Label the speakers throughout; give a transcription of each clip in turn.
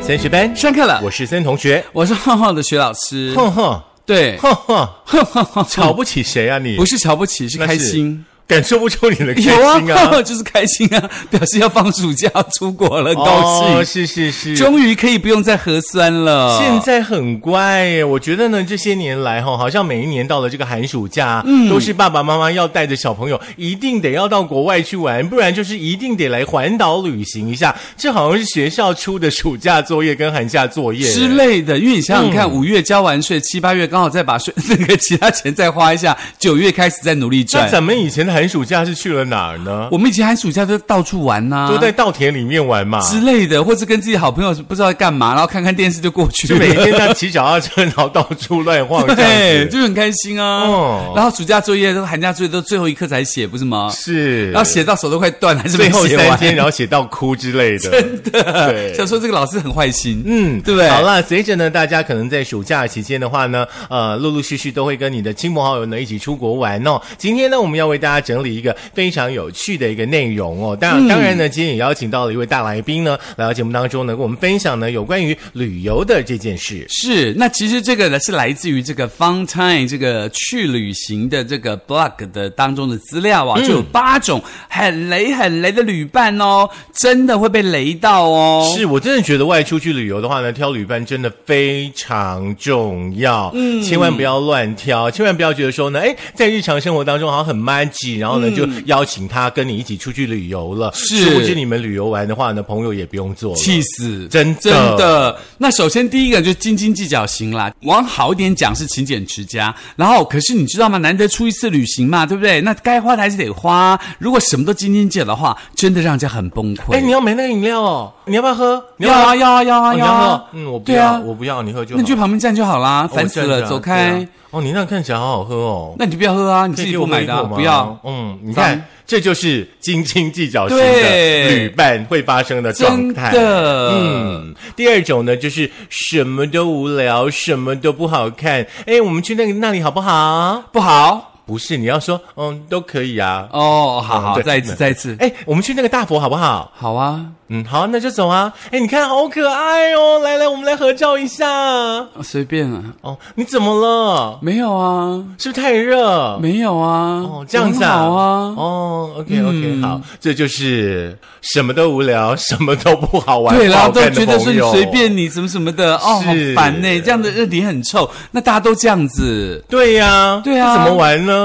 Speaker 1: 三学班
Speaker 2: 上课了
Speaker 1: 我是森同学。
Speaker 2: 我是浩浩的徐老师，
Speaker 1: 哼哼
Speaker 2: 对，
Speaker 1: 哼哼，
Speaker 2: 嗯哼哼哼
Speaker 1: 瞧不起谁啊你？
Speaker 2: 不是瞧不起，是
Speaker 1: 那是
Speaker 2: 开心。，
Speaker 1: 感受不出你的开
Speaker 2: 有啊，，
Speaker 1: 心啊
Speaker 2: 就是开心啊，表示要放暑假出国了，高
Speaker 1: 哦
Speaker 2: 兴，
Speaker 1: 是是是。哦
Speaker 2: 终于可以不用再核酸了。
Speaker 1: 现在很乖耶，我觉得呢，这些年来哈、好像每一年到了这个寒暑假，嗯，都是爸爸妈妈要带着小朋友，一定得要到国外去玩，不然就是一定得来环岛旅行一下。这好像是学校出的暑假作业跟寒假作业
Speaker 2: 之类的，因为你想想看，
Speaker 1: 嗯
Speaker 2: 五月交完税，七八月刚好再把税 那个其他钱再花一下，九月开始再努力
Speaker 1: 那
Speaker 2: 赚。
Speaker 1: 咱们以前的寒暑假是去了哪儿呢？
Speaker 2: 我们以前寒暑假都到处玩呐、
Speaker 1: 都在稻田里面玩嘛。
Speaker 2: 之类的，或者跟自己好朋友不知道在干嘛，然后看看电视就过去
Speaker 1: 就
Speaker 2: 了。
Speaker 1: 每天他骑脚踏车，然后到处乱晃这
Speaker 2: 对，
Speaker 1: 样子，
Speaker 2: 哎就很开心啊。
Speaker 1: 哦
Speaker 2: 然后暑假作业都寒假作业都最后一刻才写，不是吗？
Speaker 1: 是，
Speaker 2: 然后写到手都快断了，还是没
Speaker 1: 最后
Speaker 2: 写
Speaker 1: 三
Speaker 2: 完。
Speaker 1: 天，然后写到哭之类 的，真的，对，
Speaker 2: 想说这个老师很坏心，
Speaker 1: 嗯，
Speaker 2: 对不对？
Speaker 1: 好啦，随着呢，大家可能在暑假期间的话呢，呃，陆陆续续都会跟你的亲朋好友呢一起出国玩哦。今天呢，我们要为大家整理一个非常有趣的一个内容哦。
Speaker 2: 嗯
Speaker 1: 当然，当然呢，今天也邀请到了一位大来宾呢，来到节目当中呢，跟我们分享呢有关于旅游的这件事。
Speaker 2: 是，那其实这个呢是来自于这个 Fun Time 这个去旅行的这个 blog 的当中的资料
Speaker 1: 嗯
Speaker 2: 啊，就有八种很雷很雷的旅伴哦，真的会被雷到哦。
Speaker 1: 是我真的觉得外出去旅游的话呢，挑旅伴真的非常重要，嗯，千万不要乱挑，千万不要觉得说呢，哎，在日常生活当中好像很 magic，然后呢、就邀请他跟你一起出去旅游了，
Speaker 2: 嗯是
Speaker 1: 殊不知你们旅游完的话呢，朋友也不用做了，
Speaker 2: 气死！
Speaker 1: 真的
Speaker 2: 真的。那首先第一个就是斤斤计较型啦，往好一点讲是勤俭持家。然后可是你知道吗？难得出一次旅行嘛，对不对？那该花的还是得花。如果什么都斤斤计较的话，真的让人家很崩溃。
Speaker 1: 哎，你要买那个饮料哦，你要不要喝？你
Speaker 2: 要啊
Speaker 1: 要
Speaker 2: 要
Speaker 1: 不要喝哦
Speaker 2: 啊要啊要
Speaker 1: 你要
Speaker 2: 啊
Speaker 1: 喝！，嗯，我不
Speaker 2: 对
Speaker 1: 要，
Speaker 2: 啊
Speaker 1: 我不要，你喝就
Speaker 2: 那
Speaker 1: 好。
Speaker 2: 你去旁边站就好啦，
Speaker 1: 哦
Speaker 2: 烦死
Speaker 1: 我站着
Speaker 2: 了，
Speaker 1: 啊
Speaker 2: 走
Speaker 1: 对
Speaker 2: 开
Speaker 1: 啊。哦，你那看起来好好喝哦。
Speaker 2: 那你就不要喝啊，你
Speaker 1: 可
Speaker 2: 自
Speaker 1: 以
Speaker 2: 己
Speaker 1: 给
Speaker 2: 不
Speaker 1: 我
Speaker 2: 买的啊、
Speaker 1: 喝一口吗
Speaker 2: 不要。
Speaker 1: 嗯，你
Speaker 2: 放
Speaker 1: 看，这就是斤斤计较型的
Speaker 2: 对
Speaker 1: 旅伴会发生的状
Speaker 2: 真
Speaker 1: 态。
Speaker 2: 的，
Speaker 1: 嗯，第二种呢，就是什么都无聊，什么都不好看。哎，我们去那个那里好不好？
Speaker 2: 不好
Speaker 1: 不是，你要说嗯都可以啊。
Speaker 2: 哦，好
Speaker 1: 嗯
Speaker 2: 好，
Speaker 1: 对
Speaker 2: 再一次，
Speaker 1: 嗯
Speaker 2: 再一次，
Speaker 1: 哎，我们去那个大佛好不好？
Speaker 2: 好啊，
Speaker 1: 嗯，好，那就走啊。哎，你看好可爱哦，来来，我们来合照一下。
Speaker 2: 随便啊，
Speaker 1: 哦，你怎么了？
Speaker 2: 没有啊，
Speaker 1: 是不是太热？
Speaker 2: 没有啊，
Speaker 1: 哦，这样子啊，
Speaker 2: 很好啊，
Speaker 1: 哦，OK OK，、
Speaker 2: 嗯
Speaker 1: 好，这就是什么都无聊，什么都不好玩，
Speaker 2: 对
Speaker 1: 不
Speaker 2: 啦，
Speaker 1: 好
Speaker 2: 都
Speaker 1: 看的
Speaker 2: 觉得说
Speaker 1: 朋
Speaker 2: 你
Speaker 1: 友
Speaker 2: 随。便你什么什么的，哦，好
Speaker 1: 是
Speaker 2: 烦呢、这样的呃脸很臭，那大家都这样子。
Speaker 1: 对呀、
Speaker 2: 对啊
Speaker 1: 那怎么玩呢？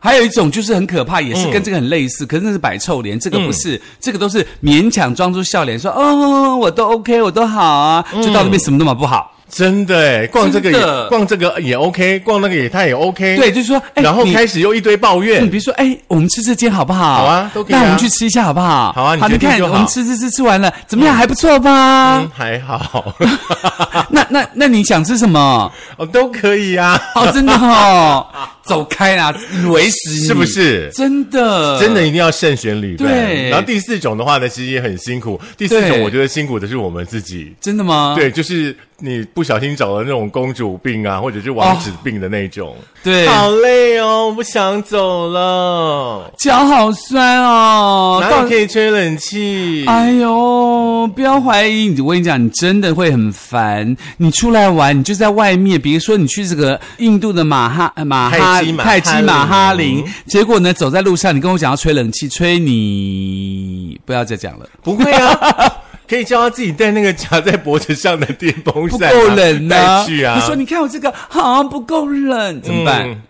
Speaker 2: 还有一种就是很可怕，也是
Speaker 1: 嗯
Speaker 2: 跟这个很类似，可是那是摆臭脸，这个
Speaker 1: 嗯
Speaker 2: 不是，这个都是勉强装出笑脸，说哦，我都 OK，我都好啊，
Speaker 1: 嗯
Speaker 2: 就到那边什么都嘛不好。
Speaker 1: 真的哎，逛这个
Speaker 2: 真的
Speaker 1: 也逛这个也 OK，逛那个也他也 OK，
Speaker 2: 对，，就是说，
Speaker 1: 嗯
Speaker 2: 哎，
Speaker 1: 然后
Speaker 2: 你
Speaker 1: 开始又一堆抱
Speaker 2: 你
Speaker 1: 怨
Speaker 2: 比。如说，哎，我们吃这间好不好？
Speaker 1: 好啊都可以啊
Speaker 2: 那我们去吃一下好不好？
Speaker 1: 好啊你
Speaker 2: 好，
Speaker 1: 决定
Speaker 2: 看
Speaker 1: 就好
Speaker 2: 我们吃吃吃吃完了，怎么样？还不错吧
Speaker 1: 嗯，？还好， 嗯
Speaker 2: 那那那你想吃什么？
Speaker 1: 哦，都可以啊，
Speaker 2: 哦，真 的哦，走开啦，雷死你！
Speaker 1: 是不？是？
Speaker 2: 真的，
Speaker 1: 真的一定要慎选旅伴。
Speaker 2: 对
Speaker 1: 然后第四种的话呢，其实也很辛苦。第四种
Speaker 2: 对
Speaker 1: 我觉得辛苦的是我们自己。
Speaker 2: 真的吗？
Speaker 1: 对，就是你不小心找了那种公主病啊，或者是王子病的那种，
Speaker 2: 对，
Speaker 1: 好累哦，我不想走了，
Speaker 2: 脚好酸哦，
Speaker 1: 哪里可以吹冷气？
Speaker 2: 哎呦，不要怀疑，我跟你讲，你真的会很烦。你出来玩，你就在外面，比如说你去这个印度的马哈呃马哈
Speaker 1: 泰姬马哈
Speaker 2: 泰
Speaker 1: 林
Speaker 2: 姬马哈林，结果呢，走在路上，你跟我讲要吹冷气，吹你不要再讲了，
Speaker 1: 不会 啊。可以叫他自己带那个夹在脖子上的电风
Speaker 2: 不
Speaker 1: 扇、啊，
Speaker 2: 够冷
Speaker 1: 带
Speaker 2: 呢。
Speaker 1: 去啊！
Speaker 2: 你说你看我这个好、啊、不够冷，怎么办？
Speaker 1: 嗯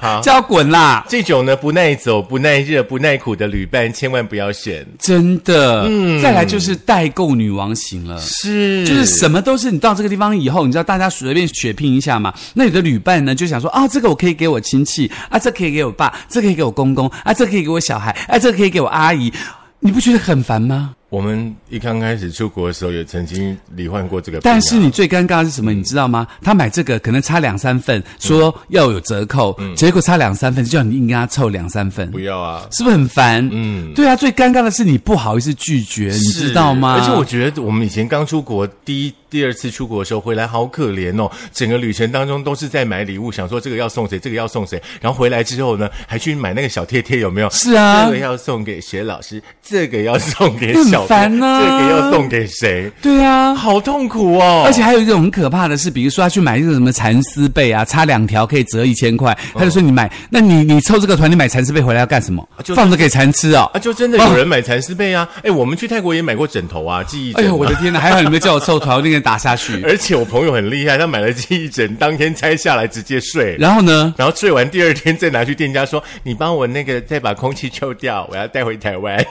Speaker 1: 好
Speaker 2: 叫他滚啦！
Speaker 1: 这种呢不耐走、不耐热、不耐苦的旅伴，千万不要选。
Speaker 2: 真的，再来就是代购女王型了。
Speaker 1: 嗯是
Speaker 2: 就是什么都是你到这个地方以后，你知道大家随便血拼一下嘛。那有的旅伴呢就想说啊，这个我可以给我亲戚啊，这可以给我爸，这可以给我公公啊，这可以给我小孩，啊，这可以给我阿姨。你不觉得很烦吗？
Speaker 1: 我们一刚开始出国的时候，也曾经罹患过这个病啊、
Speaker 2: 但是你最尴尬的是什么？你知道吗？他买这个可能差两三份，说要有折扣，结果差两三份，就叫你硬跟他凑两三份
Speaker 1: 嗯不，要啊，
Speaker 2: 是不是很烦？嗯，对啊，最尴尬的是你不好意思拒绝，你知道吗？
Speaker 1: 而且我觉得我们以前刚出国，第一、第二次出国的时候回来好可怜哦，整个旅程当中都是在买礼物，想说这个要送谁，这个要送谁，然后回来之后呢，还去买那个小贴贴，有没有？
Speaker 2: 是啊
Speaker 1: 这个要送给谁老师，这个要送给
Speaker 2: 很
Speaker 1: 小
Speaker 2: 烦啊
Speaker 1: 这个要送给谁，
Speaker 2: 对啊，
Speaker 1: 好痛苦哦。
Speaker 2: 而且还有一种很可怕的是，比如说他去买一个什么蚕丝被啊，差两条可以折一千块，
Speaker 1: 哦
Speaker 2: 他就说你买，那你你凑这个团，你买蚕丝被回来要干什么？
Speaker 1: 就是
Speaker 2: 放着给蚕吃哦。
Speaker 1: 啊，就真的有人买蚕丝被啊！哎、我们去泰国也买过枕头啊，记忆
Speaker 2: 哎
Speaker 1: 枕、啊。
Speaker 2: 呦，我的天哪！还好你没有叫我凑团，我那个人打下 去。
Speaker 1: 而且我朋友很厉害，他买了记忆枕，当天拆下来直接睡，
Speaker 2: 然后呢？
Speaker 1: 然后睡完第二天再拿去店家说：“你帮我那个再把空气抽掉，我要带回台湾。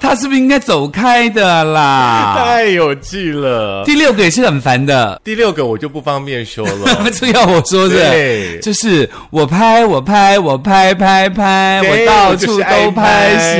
Speaker 2: 他是不是应该走开 的啦？
Speaker 1: 太有趣了。
Speaker 2: 第六个也是很烦的。
Speaker 1: 第六个我就不方便说 了。
Speaker 2: 这要我说
Speaker 1: 对
Speaker 2: 的，就是我拍我拍我拍拍拍，
Speaker 1: 对
Speaker 2: 我到处都拍
Speaker 1: 我就是爱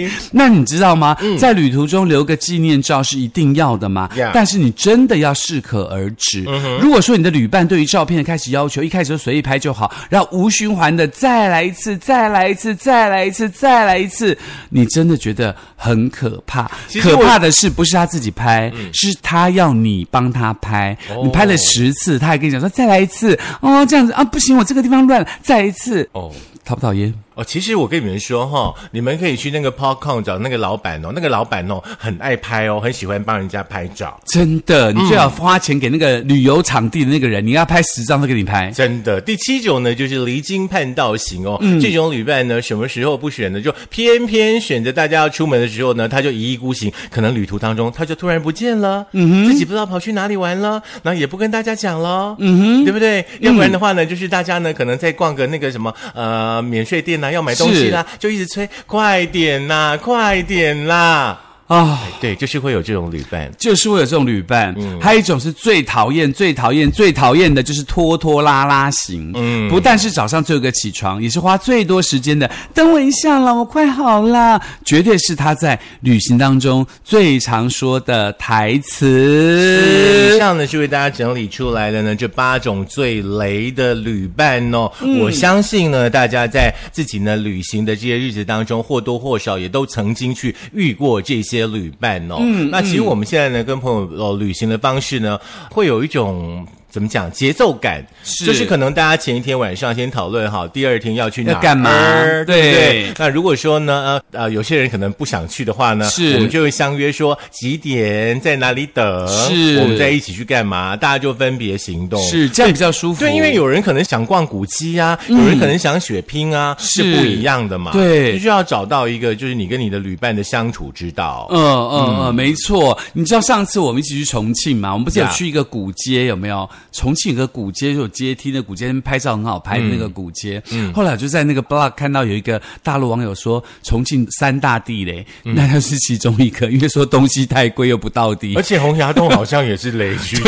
Speaker 2: 行。那你知道吗？
Speaker 1: 嗯
Speaker 2: 在旅途中留个纪念照是一定要的嘛
Speaker 1: Yeah
Speaker 2: 但是你真的要适可而止。
Speaker 1: 嗯
Speaker 2: 如果说你的旅伴对于照片的开始要求，一开始就随意拍就好，然后无循环的再来一次，再来一次，再来一次，再来一次，你真的觉得很可怕
Speaker 1: 其。实
Speaker 2: 可
Speaker 1: 我嗯
Speaker 2: 怕的是不是他自己拍，是他要你帮他拍，你拍了十次，他还跟你讲说再来一次哦，这样子啊不行，我这个地方乱了，再一次，
Speaker 1: 哦
Speaker 2: 讨不讨厌？
Speaker 1: 哦，其实我跟你们说哈、你们可以去那个 Popcorn 找那个老板哦，那个老板哦很爱拍哦，很喜欢帮人家拍照。
Speaker 2: 真的，你最好花钱给那个旅游场地的那个人，你要拍十张都给你拍。
Speaker 1: 真的，第七种呢就是离经叛道型哦。这种旅伴呢，什么时候不选呢？就偏偏选择大家要出门的时候呢，他就一意孤行，可能旅途当中他就突然不见了，嗯自己不知道跑去哪里玩了，然后也不跟大家讲了，嗯哼，对不对？要不然的话呢，就是大家呢可能在逛个那个什么呃免税店呐、要买东西啦，就一直催快点啦，快点啦。
Speaker 2: 啊。
Speaker 1: 对，就是会有这种旅伴。
Speaker 2: 就是会有这种旅伴，还有一种是最讨厌、最讨厌、最讨厌的，就是拖拖拉拉型。嗯，不但是早上最后一个起床，也是花最多时间的。等我一下啦，我快好啦，绝对是他在旅行当中最常说的台
Speaker 1: 以
Speaker 2: 词。
Speaker 1: 上呢是为大家整理出来的呢这八种最雷的旅伴哦。
Speaker 2: 嗯
Speaker 1: 我相信呢，大家在自己呢旅行的这些日子当中，或多或少也都曾经去遇过这些旅伴哦。嗯，那其实我们现在呢跟朋友哦旅行的方式呢，会有一种。怎么讲？节奏感
Speaker 2: 是
Speaker 1: 就是可能大家前一天晚上先讨论好，第二天要去哪
Speaker 2: 要干嘛
Speaker 1: 儿对不
Speaker 2: 对
Speaker 1: 那如果说呢，呃呃，有些人可能不想去的话呢，
Speaker 2: 是
Speaker 1: 我们就会相约说几点在哪里等，
Speaker 2: 是
Speaker 1: 我们在一起去干嘛？大家就分别行动。
Speaker 2: 是这样比较舒服。
Speaker 1: 对，因为有人可能想逛古迹啊，有人可能想血拼啊，是
Speaker 2: 是
Speaker 1: 不一样的嘛。
Speaker 2: 对
Speaker 1: 必须要找到一个就是你跟你的旅伴的相处之道。
Speaker 2: 嗯嗯嗯，没错。你知道上次我们一起去重庆嘛？我们不是有
Speaker 1: Yeah
Speaker 2: 去一个古街，有没有？重庆有个古街，就有阶梯，那古街拍照很好拍的那
Speaker 1: 嗯
Speaker 2: 个古街。后来我就在那个 blog 看到有一个大陆网友说，重庆三大地雷，
Speaker 1: 嗯
Speaker 2: 那就是其中一个，因为说东西太贵又不到地
Speaker 1: 而，且红崖洞好像也是雷区，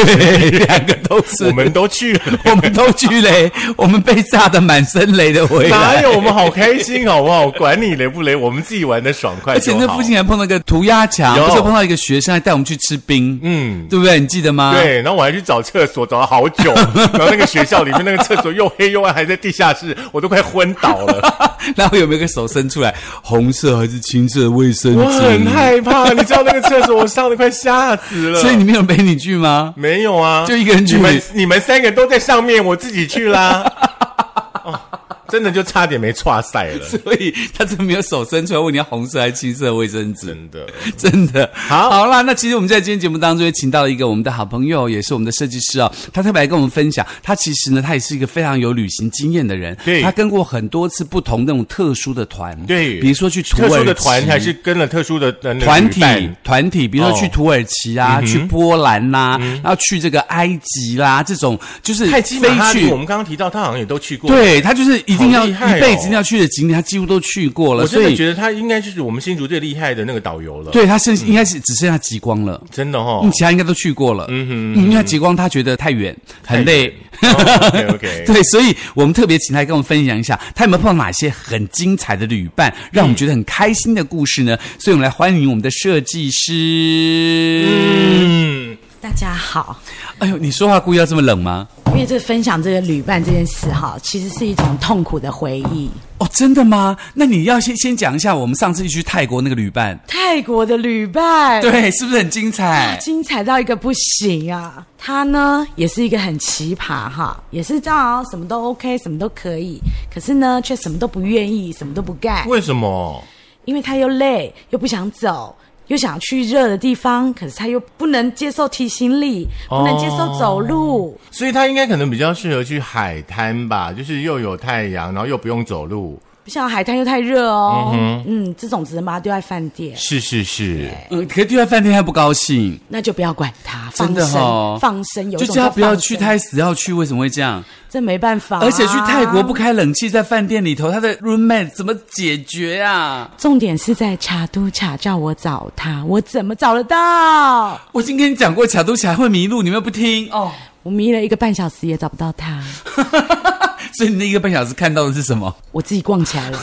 Speaker 2: 两个都是
Speaker 1: 我们都去了。
Speaker 2: 我们都去 雷，我们被炸的满身雷的回
Speaker 1: 哪
Speaker 2: 来。
Speaker 1: 哎有我们好开心，好不好？管你雷不雷，我们自己玩的爽快
Speaker 2: 而且
Speaker 1: 就好。
Speaker 2: 那附近还碰到一个涂鸦墙，
Speaker 1: 有
Speaker 2: 不是碰到一个学生还带我们去吃冰，
Speaker 1: 嗯
Speaker 2: 嗯，对不对？你记得吗？。
Speaker 1: 对，然后我还去找厕所，找了好 久。然后那个学校里面那个厕所又黑又暗，还在地下室，我都快昏倒了。
Speaker 2: 然后有没有一个手伸出来，红色还是青色的卫生
Speaker 1: 我很
Speaker 2: 纸？
Speaker 1: 害怕，你知道那个厕所，我上的快吓死了。
Speaker 2: 所以你没有陪你去吗？
Speaker 1: 没有啊，
Speaker 2: 就一个人去
Speaker 1: 你们你们三个都在上面，我自己去啦。 哦真的就差点没岔赛了，
Speaker 2: 所以他真没有手伸出来问你要红色还是青色的卫生纸，
Speaker 1: 真的。
Speaker 2: 真的
Speaker 1: 好
Speaker 2: 好啦。那其实我们在今天节目当中也请到了一个我们的好朋友，也是我们的设计师哦，他特别来跟我们分享，他其实呢，他也是一个非常有旅行经验的人，
Speaker 1: 对
Speaker 2: 他跟过很多次不同那种特殊的团，
Speaker 1: 对
Speaker 2: 比如说去土
Speaker 1: 特
Speaker 2: 耳
Speaker 1: 殊
Speaker 2: 其
Speaker 1: 的团还是跟了特殊的呃那个
Speaker 2: 团
Speaker 1: 旅
Speaker 2: 体
Speaker 1: 伴
Speaker 2: 团体，比如说去
Speaker 1: 哦嗯
Speaker 2: 土耳其啊，去波兰呐、然后去这个埃及啦，这种就是
Speaker 1: 泰姬玛哈
Speaker 2: 非
Speaker 1: 蒂，
Speaker 2: 去
Speaker 1: 我。们刚刚提到他好像也都去过，
Speaker 2: 对他就是一定定要
Speaker 1: 好厉害哦
Speaker 2: 一辈子一定要去的景点，他几乎都去过了，
Speaker 1: 我真
Speaker 2: 所
Speaker 1: 的
Speaker 2: 以
Speaker 1: 觉得他应该就是我们新竹最厉害的那个导游了。，
Speaker 2: 对他剩应该是只剩下极光了。
Speaker 1: 真的嗯哦
Speaker 2: 嗯，。其他应该都去过了。嗯哼，因为他极光他觉得太远，很累。
Speaker 1: OK OK，
Speaker 2: 对，所以我们特别请他跟我们分享一下，他有没有碰到哪些很精彩的旅伴，让我
Speaker 1: 嗯
Speaker 2: 们觉得很开心的故事呢？所以我们来欢迎我们的设计师。
Speaker 1: 嗯，
Speaker 3: 大家好，
Speaker 2: 哎呦，你说话故意要这么冷吗？
Speaker 3: 因为这分享这个旅伴这件事哈，其实是一种痛苦的回忆。
Speaker 2: 哦，真的吗？那你要先先讲一下我们上次一起去泰国那个旅伴，
Speaker 3: 泰国的旅伴，
Speaker 2: 对，是不是很精彩？
Speaker 3: 精彩到一个不行啊！他呢也是一个很奇葩哈，也是这样、哦，什么都 OK，什么都可以，可是呢却什么都不愿意，什么都不干，
Speaker 1: 为什么？
Speaker 3: 因为他又累又不想走。又想去热的地方，可是他又不能接受提行李，不能接受走路。
Speaker 1: 所以他应该可能比较适合去海滩吧，就是又有太阳，然后又不用走路。
Speaker 3: 不像海滩又太热哦，嗯这种只能把它丢在饭店，
Speaker 1: 是是是，
Speaker 2: 嗯，可是住在饭店还不高兴，
Speaker 3: 那就不要管它，
Speaker 2: 真
Speaker 3: 放
Speaker 2: 的
Speaker 3: 生，
Speaker 2: 哦，
Speaker 3: 放生有一
Speaker 2: 就
Speaker 3: 种
Speaker 2: 叫他
Speaker 3: 叫
Speaker 2: 不要
Speaker 3: 放
Speaker 2: 去，
Speaker 3: 生
Speaker 2: 他还死要去，为什么会这样？
Speaker 3: 这没办法、啊
Speaker 2: 而且去泰国不，开冷气，在饭店里头，他的 roommate 怎么解决啊？
Speaker 3: 重点是在查都查叫我找他，我怎么找得到？
Speaker 2: 我已经跟你讲过，卡都卡会迷路，你们又不听哦。
Speaker 3: 我迷了一个半小时也找不到他，
Speaker 2: 所以你那一个半小时看到的是什么？
Speaker 3: 我自己逛起来了，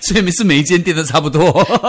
Speaker 2: 所以是每一间店都差不多。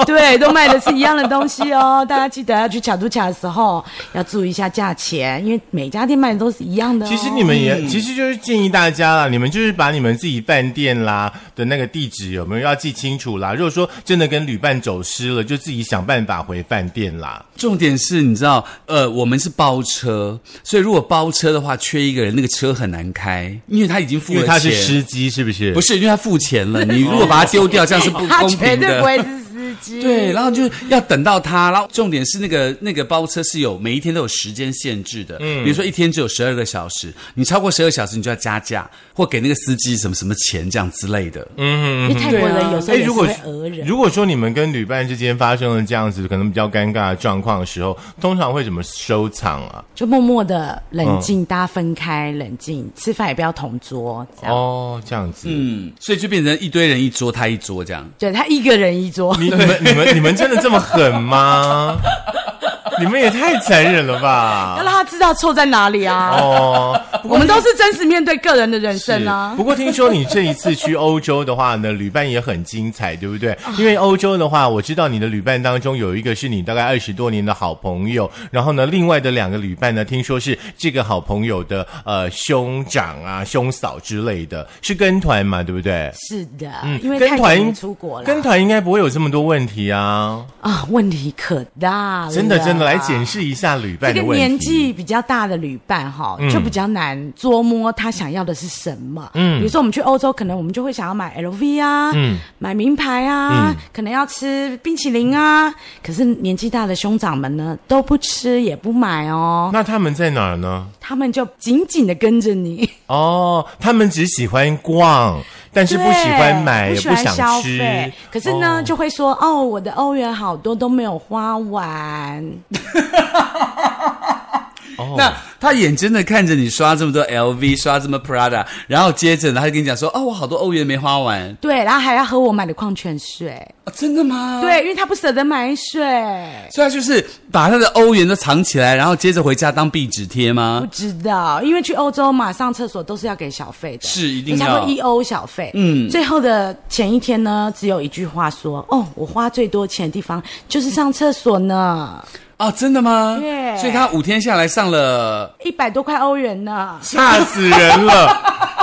Speaker 3: 对，都卖的是一样的东西哦。大家记得要去查都查的时候要注意一下价钱，因为每家店卖的都是一样的、哦。
Speaker 1: 其实你们也，其实就是建议大家啦，你们就是把你们自己饭店啦的那个地址有没有要记清楚啦。如果说真的跟旅伴走失了，就自己想办法回饭店啦。
Speaker 2: 重点是，你知道，呃，我们是包车，所以如果包车的话，缺一个人，那个车很难开，因为他已经付
Speaker 1: 因
Speaker 2: 了
Speaker 1: 为
Speaker 2: 钱。
Speaker 1: 他是司机，是不是？
Speaker 2: 不是因为他付钱 了？你如果把它丢掉，这样是不
Speaker 1: 哦
Speaker 3: 他
Speaker 2: 公
Speaker 3: 绝
Speaker 2: 平
Speaker 3: 对不
Speaker 2: 的。
Speaker 3: 会是司机。
Speaker 2: 对，然后就要等到他，然后重点是那个那个包车是有每一天都有时间限制的，嗯，比如说一天只有十二个小时，你超过十二小时你就要加价或给那个司机什么什么钱这样之类的，嗯，
Speaker 3: 因为泰国人有时候
Speaker 1: 哎，
Speaker 3: 也是
Speaker 1: 如果
Speaker 3: 会讹人。
Speaker 1: 如果说你们跟旅伴之间发生了这样子可能比较尴尬的状况的时候，通常会怎么收场啊？
Speaker 3: 就默默的冷静，大家分开冷静，吃饭也不要同桌，这样。
Speaker 1: 哦，这样子，
Speaker 2: 嗯所以就变成一堆人一桌他一桌这样。
Speaker 3: 对他一个人一桌，
Speaker 1: 你你们你们你们真的这么狠吗？你们也太残忍了
Speaker 3: 要
Speaker 1: 吧！
Speaker 3: 让他知道错在哪里啊！
Speaker 1: 哦，
Speaker 3: 我们都是真实面对个人的人生
Speaker 1: 是
Speaker 3: 啊。
Speaker 1: 不过听说你这一次去欧洲的话呢，旅伴也很精彩，对不对？
Speaker 3: 啊
Speaker 1: 因为欧洲的话，我知道你的旅伴当中有一个是你大概二十多年的好朋友，然后呢，另外的两个旅伴呢，听说是这个好朋友的呃兄长啊、兄嫂之类的，是跟团嘛，对不对？
Speaker 3: 是的，
Speaker 1: 嗯
Speaker 3: 因为
Speaker 1: 跟
Speaker 3: 泰国
Speaker 1: 团
Speaker 3: 人出国了
Speaker 1: 跟团应该不会有这么多问题啊！
Speaker 3: 啊，问题可大了。
Speaker 1: 真的，真的，来检视一下旅
Speaker 3: 这
Speaker 1: 伴
Speaker 3: 个
Speaker 1: 的问题。嗯
Speaker 3: 年纪比较大的旅伴哈，就比较难捉摸他想要的是什么。嗯，比如说我们去欧洲，可能我们就会想要买 LV 啊，嗯，买名牌啊，
Speaker 1: 嗯
Speaker 3: 可能要吃冰淇淋啊。可是年纪大的兄长们呢，都不吃也不买哦，
Speaker 1: 那他们在哪儿呢？
Speaker 3: 他们就紧紧的跟着你，
Speaker 1: 哦，他们只喜欢逛，但是不喜欢买，
Speaker 3: 对
Speaker 1: 也
Speaker 3: 不喜欢消
Speaker 1: 想吃
Speaker 3: 费。。可是呢，
Speaker 1: 哦
Speaker 3: 就会说哦，我的欧元好多都没有花完。
Speaker 1: 哦
Speaker 2: 那他眼睁的看着你刷这么多 LV，刷这么 Prada，然后接着呢他就跟你讲说，哦，我好多欧元没花完，
Speaker 3: 对，然后还要喝我买的矿泉水，
Speaker 2: 啊、真的吗？。
Speaker 3: 对，因为他不舍得买水。
Speaker 2: 所以他就是把他的欧元都藏起来，然后接着回家当壁纸贴
Speaker 3: 不
Speaker 2: 吗？
Speaker 3: 知道，因为去欧洲嘛，上厕所都是要给小费的，
Speaker 2: 是一定要
Speaker 3: 差不多一欧小费。嗯，最后的前一天呢，只有一句话说：“哦，我花最多钱的地方就是上厕所呢，
Speaker 1: 啊
Speaker 2: 哦，真的吗？
Speaker 3: 对
Speaker 2: 所以他五天下来上了，
Speaker 3: 一百多块欧元呢。
Speaker 1: 吓死人 了！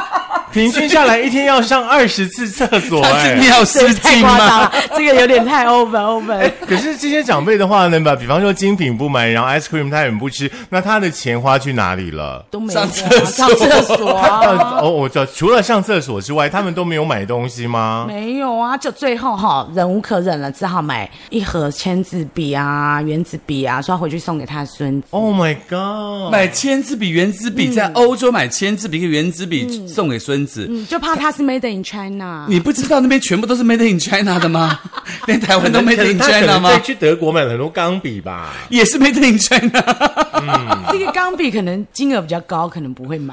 Speaker 1: 平均下来一天要上二十次厕所、
Speaker 2: 他是
Speaker 1: 哎。
Speaker 2: 尿失
Speaker 3: 太
Speaker 2: 禁
Speaker 3: 夸张
Speaker 2: 吗？
Speaker 3: 了，这个有点太 over over。
Speaker 1: 可是这些长辈的话呢，把比方说精品不买，然后 ice cream 他也不吃，那他的钱花去哪里了？
Speaker 3: 都没有
Speaker 2: 上厕所
Speaker 3: 上厕所啊
Speaker 1: 呃，哦，我知道，除了上厕所之外，他们都没有买东西吗？
Speaker 3: 没有啊，就最后哈忍无可忍了，只好买一盒签字笔啊、圆子笔啊，说要回去送给他的孙子。
Speaker 1: Oh my god！
Speaker 2: 买签字笔、圆珠笔，在欧洲买签字笔跟圆珠笔送给孙身子。
Speaker 3: 嗯，就怕它是 made in China。
Speaker 2: 你不知道那边全部都是 Made in China 的吗？ 连台湾都 Made in
Speaker 1: 他可
Speaker 2: China
Speaker 1: 能
Speaker 2: 吗？
Speaker 1: 在去德国买了很多钢笔吧？
Speaker 2: 也是 Made in China
Speaker 3: 这个钢笔可能金额比较高，可能不会买。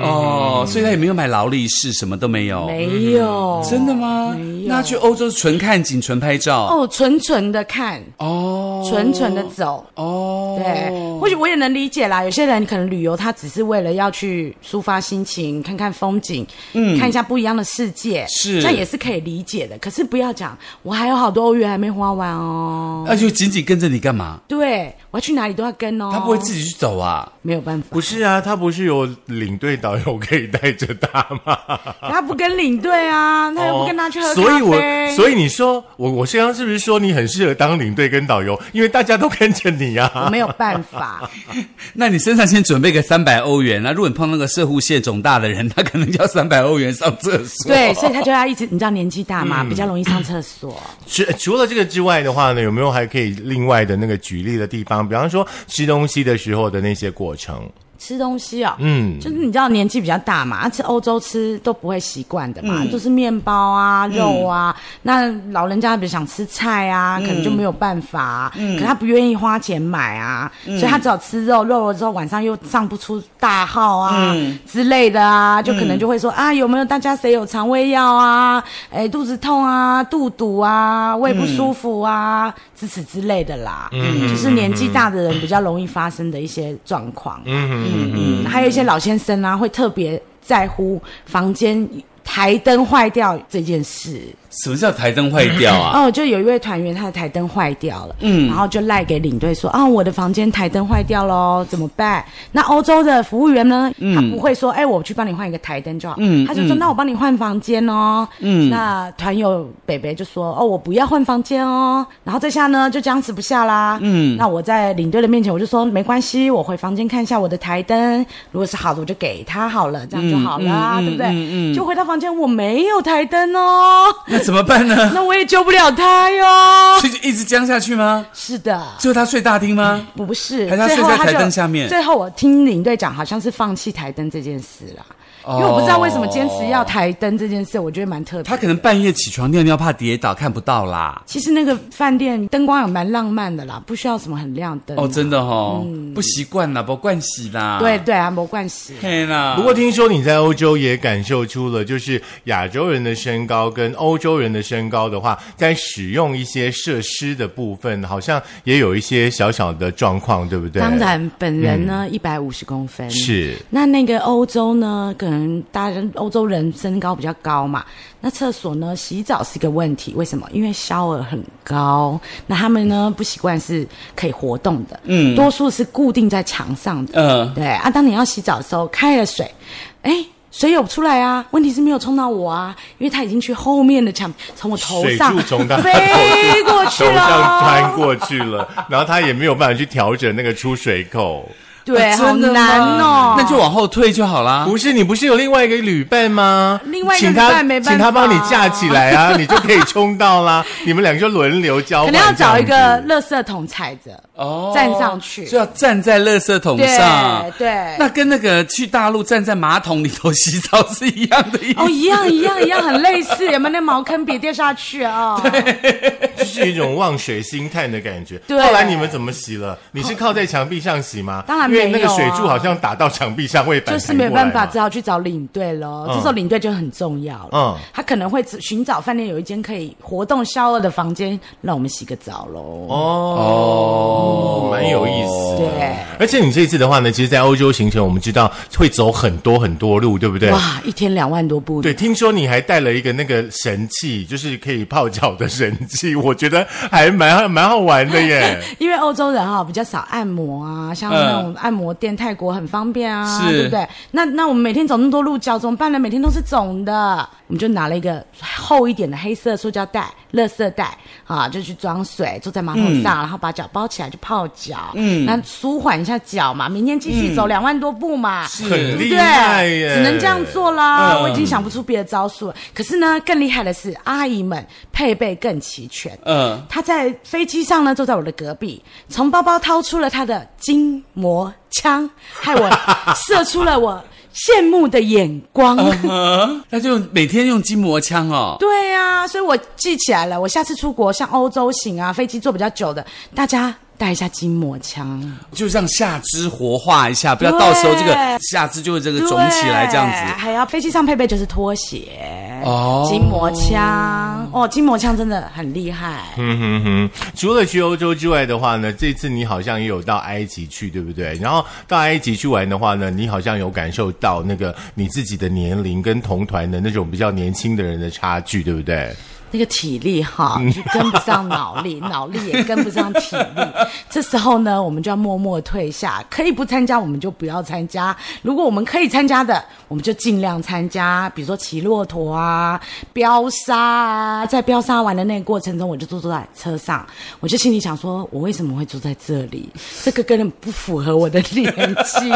Speaker 2: 哦，所以他也没有买劳力士，什么都没有。
Speaker 3: 没有，
Speaker 2: 嗯真的吗？
Speaker 3: 没有
Speaker 2: 那去欧洲纯看景、纯拍照。
Speaker 3: 哦，纯纯的看，
Speaker 2: 哦，
Speaker 3: 纯纯的走。
Speaker 2: 哦，
Speaker 3: 对，或许我也能理解啦。有些人可能旅游，他只是为了要去抒发心情，看看风景，嗯，看一下不一样的世界，
Speaker 2: 是
Speaker 3: 这样也是可以理解的。可是不要讲，我还有好多欧元还没花完哦。
Speaker 2: 那就紧紧跟着你干嘛？
Speaker 3: 对，我要去哪里都要跟哦。
Speaker 2: 他不会自己去走啊。
Speaker 3: 没有办法，
Speaker 1: 不是啊，他不是有领队导游可以带着他 吗？哦
Speaker 3: 他不跟领队啊，他又不跟他
Speaker 2: 哦
Speaker 3: 去喝咖
Speaker 1: 所
Speaker 3: 啡，
Speaker 1: 以我所以你说我我刚刚是不是说你很适合当领队跟导游？因为大家都跟着你
Speaker 3: 我
Speaker 1: 啊。
Speaker 3: 没有办法。
Speaker 2: 那你身上先准备个三百欧元，那如果你碰到那个射护线肿大的人，他可能要三百欧元上厕所。
Speaker 3: 对，所以他就要一直，你知道年纪大嘛，比较容易上厕所。
Speaker 1: 除除了这个之外的话呢，有没有还可以另外的那个举例的地方？比方说吃东西的时候的那些过程。
Speaker 3: 吃东西哦，
Speaker 1: 嗯
Speaker 3: 就是你知道年纪比较大嘛，啊、吃欧洲吃都不会习惯的嘛，就是面包啊、肉啊。那老人家比如想吃菜啊，可能就没有办法、啊，可他不愿意花钱买啊，所以他只好吃肉，肉了之后晚上又上不出大号啊、之类的啊，就可能就会说、啊，有没有大家谁有肠胃药啊？哎，肚子痛啊，肚肚啊，胃不舒服啊，之此之类的啦，就是年纪大的人比较容易发生的一些状况。嗯，还有一些老先生啊，会特别在乎房间台灯坏掉这件事。
Speaker 2: 什么叫台灯坏掉啊？
Speaker 3: 哦，就有一位团员他的台灯坏掉了，嗯，然后就赖给领队说啊，我的房间台灯坏掉喽，怎么办？那欧洲的服务员呢，他不会说，哎、我去帮你换一个台灯就好，嗯，他就说、那我帮你换房间哦，嗯，那团友北北就说，哦，我不要换房间哦，然后这下呢就僵持不下啦，嗯，那我在领队的面前我就说没关系，我回房间看一下我的台灯，如果是好的我就给他好了，这样就好了啊，对不对？就回到房间我没有台灯哦。
Speaker 2: 那怎么办呢？
Speaker 3: 那我也救不了他哟。
Speaker 2: 所以就一直僵下去吗？
Speaker 3: 是的，
Speaker 2: 最后他睡大厅吗？
Speaker 3: 不是，
Speaker 2: 还是他
Speaker 3: 最后
Speaker 2: 睡在
Speaker 3: 他
Speaker 2: 台
Speaker 3: 就
Speaker 2: 灯下面
Speaker 3: 最后我听领队讲，好像是放弃台灯这件事啦，
Speaker 2: 哦
Speaker 3: 因为我不知道为什么坚持要台灯这件事，我觉得蛮特别。
Speaker 2: 他可能半夜起床尿尿，怕跌倒看不到啦。
Speaker 3: 其实那个饭店灯光也蛮浪漫的啦，不需要什么很亮灯。
Speaker 2: 哦，真的哦，不习惯啦，不惯习啦。
Speaker 3: 对，对啊，没关系。
Speaker 2: 嘿啦。
Speaker 3: 啊
Speaker 1: 不过听说你在欧洲也感受出了，就是亚洲人的身高跟欧洲人的身高的话，在使用一些设施的部分，好像也有一些小小的状况，对不对？嗯
Speaker 3: 当，然，本人呢一百五十公分，
Speaker 1: 是
Speaker 3: 那那个欧洲呢，可能大家欧洲人身高比较高嘛，那厕所呢洗澡是一个问题，为什么？因为 shower 很高，那他们呢不习惯是可以活动的，嗯，多数是固定在墙上的，
Speaker 2: 嗯
Speaker 3: 对啊，当你要洗澡的时候开了水，哎。水有出来啊，问题是没有冲到我啊，因为他已经去后面的墙，从我头上
Speaker 1: 水柱冲到他
Speaker 3: 飞过 去
Speaker 1: 头
Speaker 3: 了，
Speaker 1: 上穿过去 了，然后他也没有办法去调整那个出水口。
Speaker 3: 对，
Speaker 2: 哦
Speaker 3: 好
Speaker 2: 真的吗
Speaker 3: 难哦。
Speaker 2: 那就往后退就好啦。
Speaker 1: 不是你不是有另外一个旅伴吗？
Speaker 3: 另外一个
Speaker 1: 请他
Speaker 3: 旅伴没办法
Speaker 1: 请他帮你架起来啊， 你就可以冲到啦。你们两个就轮流交换，
Speaker 3: 可能要找一
Speaker 1: 这样
Speaker 3: 个
Speaker 1: 子
Speaker 3: 垃圾桶踩着，
Speaker 2: 哦
Speaker 3: 站上去
Speaker 2: 就要站在垃圾桶
Speaker 3: 对
Speaker 2: 上。
Speaker 3: 对
Speaker 2: 那跟那个去大陆站在马桶里头洗澡是一样的意思。
Speaker 3: 哦，一样一样一样，很类似，有没有那茅坑别掉下去啊、
Speaker 1: 就是一种望水兴叹的感觉。
Speaker 3: 对
Speaker 1: 后来你们怎么洗了？你是靠在墙壁上洗吗？
Speaker 3: 当然
Speaker 1: 因为
Speaker 3: 没
Speaker 1: 那
Speaker 3: 有
Speaker 1: 个
Speaker 3: 啊
Speaker 1: 水柱好像打到墙壁上会反弹
Speaker 3: 就是没办法，只
Speaker 1: 过来嘛
Speaker 3: 好去找领队喽。
Speaker 1: 嗯
Speaker 3: 这时候领队就很重要了，
Speaker 1: 嗯
Speaker 3: 他可能会只寻找饭店有一间可以活动消饿的房间，让我们洗个澡喽。
Speaker 1: 哦，蛮有意思的。
Speaker 3: 对，
Speaker 1: 哦而且你这次的话呢，其实，在欧洲行程，我们知道会走很多很多路，对不对？
Speaker 3: 哇，一天两万多步，
Speaker 1: 对，听说你还带了一个那个神器，就是可以泡脚的神器，我觉得还蛮蛮好玩的耶。
Speaker 3: 因为欧洲人哈、比较少按摩啊，像那种按摩店，泰国很方便啊，
Speaker 2: 是
Speaker 3: 对不对？那那我们每天走那么多路，脚怎么办呢？每天都是肿的，我们就拿了一个厚一点的黑色塑胶袋、垃圾袋啊，就去装水，坐在马桶上，然后把脚包起来就泡脚，嗯，那舒缓一下脚嘛。明天继续走两万多步嘛，
Speaker 1: 很
Speaker 3: 对
Speaker 1: 厉
Speaker 3: 不
Speaker 1: 害
Speaker 3: 对？
Speaker 1: 耶，
Speaker 3: 只能这样做啦，
Speaker 2: 嗯
Speaker 3: 我已经想不出别的招数了。可是呢，更厉害的是，阿姨们配备更齐全，
Speaker 2: 嗯，
Speaker 3: 他在飞机上呢，坐在我的隔壁，从包包掏出了他的筋膜枪，害我射出了我羡慕的眼光。
Speaker 2: 啊那就每天用筋膜枪哦。
Speaker 3: 对啊，所以我记起来了。我下次出国，像欧洲行啊，飞机坐比较久的，大家带一下筋膜枪。
Speaker 2: 就让下肢活化一下，不要到时候这个
Speaker 3: 对
Speaker 2: 下肢就会这个肿起来这样
Speaker 3: 对
Speaker 2: 子。
Speaker 3: 还要飞机上配备就是拖鞋、
Speaker 2: 哦
Speaker 3: 筋膜枪。哦，筋膜枪真的很厉害。
Speaker 1: 嗯哼哼，除了去欧洲之外的话呢，这次你好像也有到埃及去，对不对？然后到埃及去玩的话呢，你好像有感受到那个你自己的年龄跟同团的那种比较年轻的人的差距，对不对？
Speaker 3: 那个体力哈，就跟不上脑力，脑力也跟不上体力。这时候呢，我们就要默默退下，可以不参加我们就不要参加。如果我们可以参加的，我们就尽量参加，比如说骑骆驼啊、飙沙啊。在飙沙完的那个过程中，我就坐坐在车上，我就心里想说，我为什么会坐在这里？这个根本不符合我的 年纪。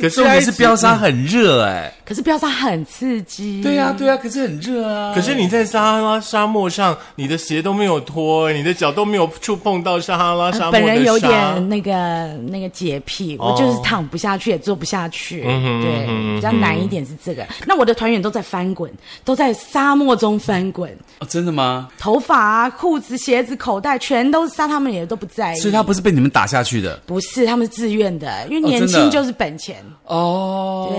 Speaker 1: 可
Speaker 2: 重点是飙
Speaker 3: 嗯
Speaker 2: 沙很热哎、
Speaker 3: 可是飙沙很刺激，
Speaker 2: 对呀、啊对呀、可是很热啊。
Speaker 1: 可是
Speaker 3: 嗯
Speaker 1: 你在撒哈拉沙漠上，你的鞋都没有脱，你的脚都没有触碰到撒哈拉沙漠的沙。
Speaker 3: 呃本人有点那个那个洁癖，
Speaker 1: 哦
Speaker 3: 我就是躺不下去，也坐不下去，
Speaker 2: 嗯
Speaker 3: 对，比较难一点是这个。那我的团员都在翻滚，都在沙漠中翻滚，
Speaker 2: 哦、真的吗？
Speaker 3: 头发啊、裤子、鞋子、口袋全都是沙，他们也都不在意。
Speaker 2: 所以他不是被你们打下去的
Speaker 3: 不是，他们是自愿的，因为
Speaker 2: 哦
Speaker 3: 年
Speaker 2: 真
Speaker 3: 轻
Speaker 2: 的
Speaker 3: 就是本钱。
Speaker 2: 哦。
Speaker 3: 对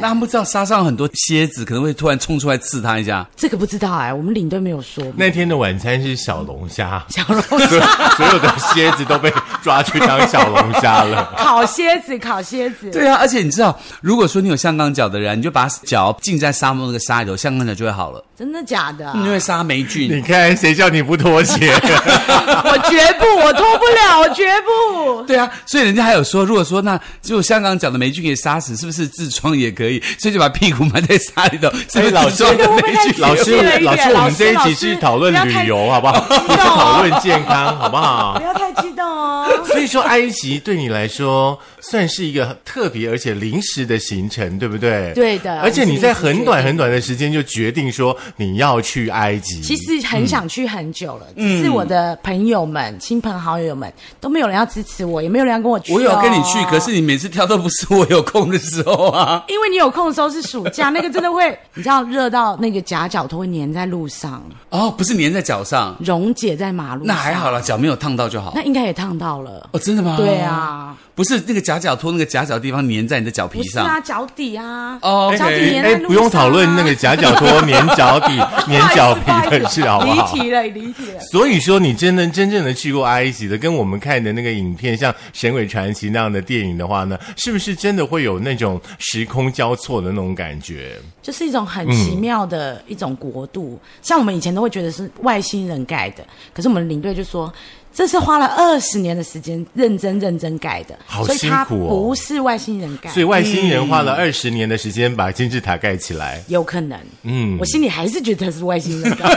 Speaker 2: 那他们不知道沙上很多蝎子，可能会突然冲出来刺他一下。
Speaker 3: 这个不知道哎，我们领队没有说。
Speaker 1: 那天的晚餐是小龙虾，
Speaker 3: 小龙
Speaker 1: 所所有的蝎子都被抓去当小龙虾了。
Speaker 3: 烤蝎子，烤蝎子，
Speaker 2: 对啊，而且你知道，如果说你有香港脚的人，你就把脚浸在沙漠那个沙里头，香港脚就会好了，
Speaker 3: 真的假的？
Speaker 2: 因为沙霉菌。
Speaker 1: 你看，谁叫你不脱 鞋？
Speaker 3: 我绝不，我脱不了，我绝不。
Speaker 2: 对啊，所以人家还有说，如果说那只有香港脚的霉菌给杀死，是不是痔疮也可以？所以就把屁股埋在沙 里头，是不是痔疮的
Speaker 3: 这个会不
Speaker 2: 霉
Speaker 3: 会太
Speaker 2: 菌？
Speaker 3: 刺激
Speaker 1: 老
Speaker 3: 了
Speaker 1: 师，
Speaker 3: 一点
Speaker 1: 老师，我们这一
Speaker 3: 老
Speaker 1: 集
Speaker 3: 师
Speaker 1: 是讨论
Speaker 3: 不要太
Speaker 1: 旅游，好不好？不是讨论健康，好不好
Speaker 3: 不？要太激动哦。
Speaker 1: 所以说，埃及对你来说算是一个特别而且临时的行程，对不对？
Speaker 3: 对的
Speaker 1: 而且你在很短
Speaker 3: 我是临时决定
Speaker 1: 很短的时间就决定说你要去埃及。
Speaker 3: 其实
Speaker 2: 嗯
Speaker 3: 很想去很久了，只是我的朋友们、亲朋好友们都没有人要支持我，也没有人要跟我去、哦
Speaker 2: 我有跟你去，可。是你每次挑都不是我有空的时候啊。
Speaker 3: 因为你有空的时候是暑假，那个真的会，你知道热到那个夹脚都会粘在路上，
Speaker 2: 哦，不是粘在脚上，
Speaker 3: 溶解在马路
Speaker 2: 那还好
Speaker 3: 了，
Speaker 2: 啦，脚没有烫到就好
Speaker 3: 那。应该也烫到了。
Speaker 2: 哦，真哦的吗？
Speaker 3: 对，啊，
Speaker 2: 不是那个夹脚托，那个夹脚地方粘在你的脚皮
Speaker 3: 不是
Speaker 2: 上。
Speaker 3: 啊，脚底啊，
Speaker 2: 哦，OK
Speaker 3: 脚底粘在路上、啊
Speaker 1: 哎不用讨论那个夹脚托、 粘脚底、粘脚皮的事，好不好？
Speaker 3: 离题了，离题了。
Speaker 1: 所以说，你真的真正的去过埃及的，跟我们看的那个影片，像《神鬼传奇》那样的电影的话呢，是不是真的会有那种时空交错的那种感觉？
Speaker 3: 就是一种很
Speaker 1: 嗯
Speaker 3: 奇妙的一种国度。像我们以前都会觉得是外星人盖的，可是我们领队就说。这是花了二十年的时间认真认真盖的，
Speaker 1: 好
Speaker 3: 所以
Speaker 1: 辛
Speaker 3: 它
Speaker 1: 苦哦
Speaker 3: 不是外星人盖，
Speaker 1: 所以外星人花了
Speaker 3: 嗯
Speaker 1: 二十年的时间把金字塔盖起来。
Speaker 3: 有可能。嗯，我心里还是觉得是外星人 盖。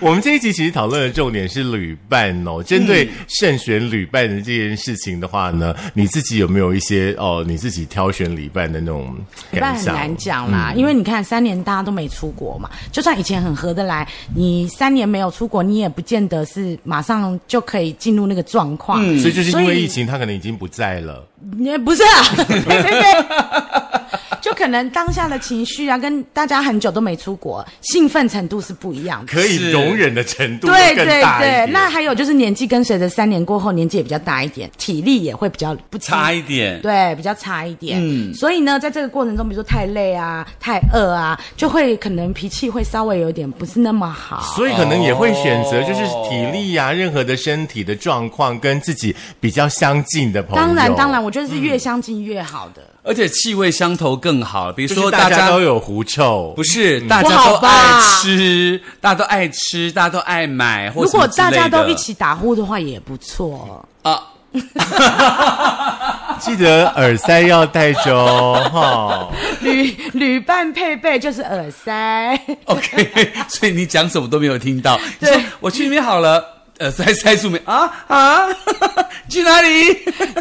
Speaker 1: 我们这一集其实讨论的重点是旅伴哦，针对
Speaker 3: 嗯
Speaker 1: 慎选旅伴的这件事情的话呢，你自己有没有一些哦，你自己挑选旅伴的那种
Speaker 3: 但
Speaker 1: 感
Speaker 3: 很
Speaker 1: 想？嗯
Speaker 3: 难讲啦，因为你看三年大家都没出国嘛，就算以前很合得来，你三年没有出国，你也不见得是马上就可以进入那个状况。
Speaker 1: 所以就是因
Speaker 3: 所
Speaker 1: 为
Speaker 3: 以
Speaker 1: 疫情，他可能已经不在了。
Speaker 3: 也不是啊， 呸呸呸，就可能当下的情绪啊，跟大家很久都没出国，兴奋程度是不一样的。
Speaker 1: 可以
Speaker 2: 是
Speaker 1: 容忍的程度
Speaker 3: 对
Speaker 1: 会
Speaker 3: 对
Speaker 1: 更大一点
Speaker 3: 对，那还有就是年纪跟随着三年过后，年纪也比较大一点，体力也会比较不济
Speaker 2: 差一点。
Speaker 3: 对，比较差一点。所以呢，在这个过程中，比如说太累啊、太饿啊，就会可能脾气会稍微有点不是那么好。
Speaker 1: 所以可能也会选择就是
Speaker 3: 哦
Speaker 1: 体力呀、任何的身体的状况跟自己比较相近的朋友。
Speaker 3: 当然，当然，，我觉得是越相近越好的。
Speaker 2: 而且气味相投更好，比如
Speaker 1: 就是
Speaker 2: 说
Speaker 1: 大
Speaker 2: 大
Speaker 1: 家
Speaker 2: 家
Speaker 1: 都有嗯狐臭，
Speaker 2: 不是大家
Speaker 3: 不
Speaker 2: 都
Speaker 3: 好吧
Speaker 2: 爱吃，大家都爱吃，大家都爱买，或
Speaker 3: 如
Speaker 2: 什么
Speaker 3: 果
Speaker 2: 之类
Speaker 3: 大
Speaker 2: 的
Speaker 3: 家都一 起打呼的话，也不错。
Speaker 2: 啊，
Speaker 1: 记得耳塞要戴着哦。哈
Speaker 3: 旅旅伴配备就是耳塞。
Speaker 2: OK，所以你讲什么都没有听到。
Speaker 3: 对
Speaker 2: 你说我去那边好了。呃塞塞住没啊啊， 去哪里？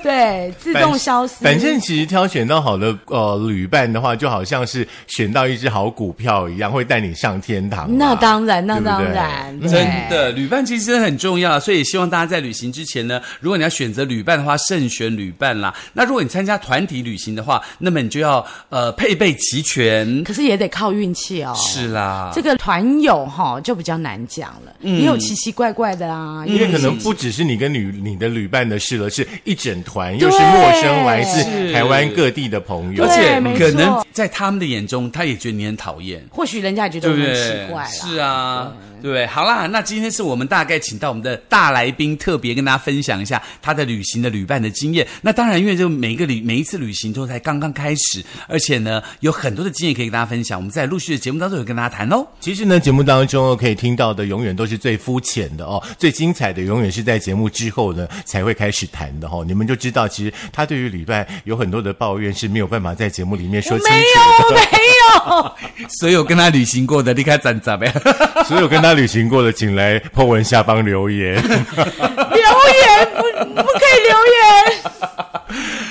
Speaker 3: 对，自动消失。
Speaker 1: 反正其实挑选到好的呃旅伴的话，就好像是选到一只好股票一样，会带你上天堂啦。
Speaker 3: 那当然，那
Speaker 1: 啊对不对嗯
Speaker 3: 当然，对
Speaker 2: 真的，旅伴其实很重要，所以也希望大家在旅行之前呢，如果你要选择旅伴的话，慎选旅伴啦。那如果你参加团体旅行的话，那么你就要呃配备齐全。
Speaker 3: 可是也得靠运气哦。
Speaker 2: 是啊啦，
Speaker 3: 这个团友哈就比较难讲了，
Speaker 2: 嗯
Speaker 3: 也有奇奇怪怪的啊，
Speaker 1: 因
Speaker 3: 也
Speaker 1: 为
Speaker 3: 有
Speaker 1: 可能不只是你跟旅你的旅伴的事了，是一整团，又是陌生来自
Speaker 2: 是
Speaker 1: 台湾各地的朋友
Speaker 2: 而。且
Speaker 3: 没
Speaker 2: 可能
Speaker 3: 错
Speaker 2: 在他们的眼中，他也觉得你很讨厌。
Speaker 3: 或许人家也觉
Speaker 2: 对
Speaker 3: 得我
Speaker 2: 不
Speaker 3: 们
Speaker 2: 对？
Speaker 3: 很奇怪啦。
Speaker 2: 是啊，对不对？好啦，那今天是我们大概请到我们的大来宾，特别跟大家分享一下他的旅行的旅伴的经验。那当然，因为就每一个旅每一次旅行都才刚刚开始，而且呢，有很多的经验可以跟大家分享。我们在陆续的节目当中有跟大家谈哦喽。
Speaker 1: 其实呢，节目当中哦可以听到的永远都是最肤浅的哦，最精彩的永远是在节目之后呢才会开始谈的哦。你们就知道，其实他对于旅伴有很多的抱怨是没有办法在节目里面
Speaker 3: 我
Speaker 1: 说清
Speaker 3: 没
Speaker 1: 楚
Speaker 3: 有，我没有。
Speaker 2: 所有跟他旅行过的，你看怎怎么样？
Speaker 1: 的。 所有跟他旅行过的，请来 po 文下方留言。
Speaker 3: 留言不不可以留言。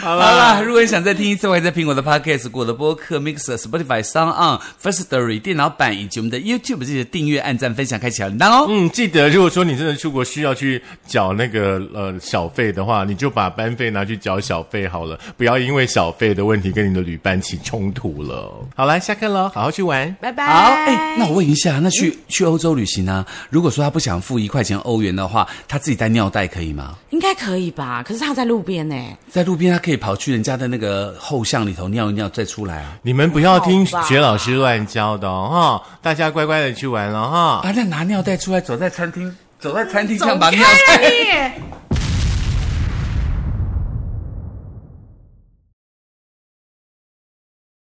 Speaker 2: 好 啦，如果你想再听一次，我还在苹果的 Podcast、我的播客、Mixer、Spotify、Sound On、First Story 电脑版以及我们的 YouTube 记得订阅、按赞、分享、开启小铃铛哦。
Speaker 1: 嗯，记得如果说你真的出国需要去缴那个呃小费的话，你就把班费拿去缴小费好了，不要因为小费的问题跟你的旅伴起冲突了。好啦，下课喽，好好去玩。
Speaker 3: 拜拜。
Speaker 2: 好，哎、那我问一下，那去、去欧洲旅行呢、如果说他不想付一块钱欧元的话，他自己带尿袋可以吗？
Speaker 3: 应该可以吧？可是他在路边呢，
Speaker 2: 在路边他可以跑去人家的那个后巷里头尿一尿再出来啊？
Speaker 1: 你们不要听
Speaker 3: 好吧
Speaker 1: 学老师乱教的哦，哈、大家乖乖的去玩了哈、
Speaker 2: 啊，那拿尿袋出来走在餐厅，走在餐厅
Speaker 3: 走
Speaker 2: 上把
Speaker 3: 开
Speaker 2: 尿袋。
Speaker 3: 了你。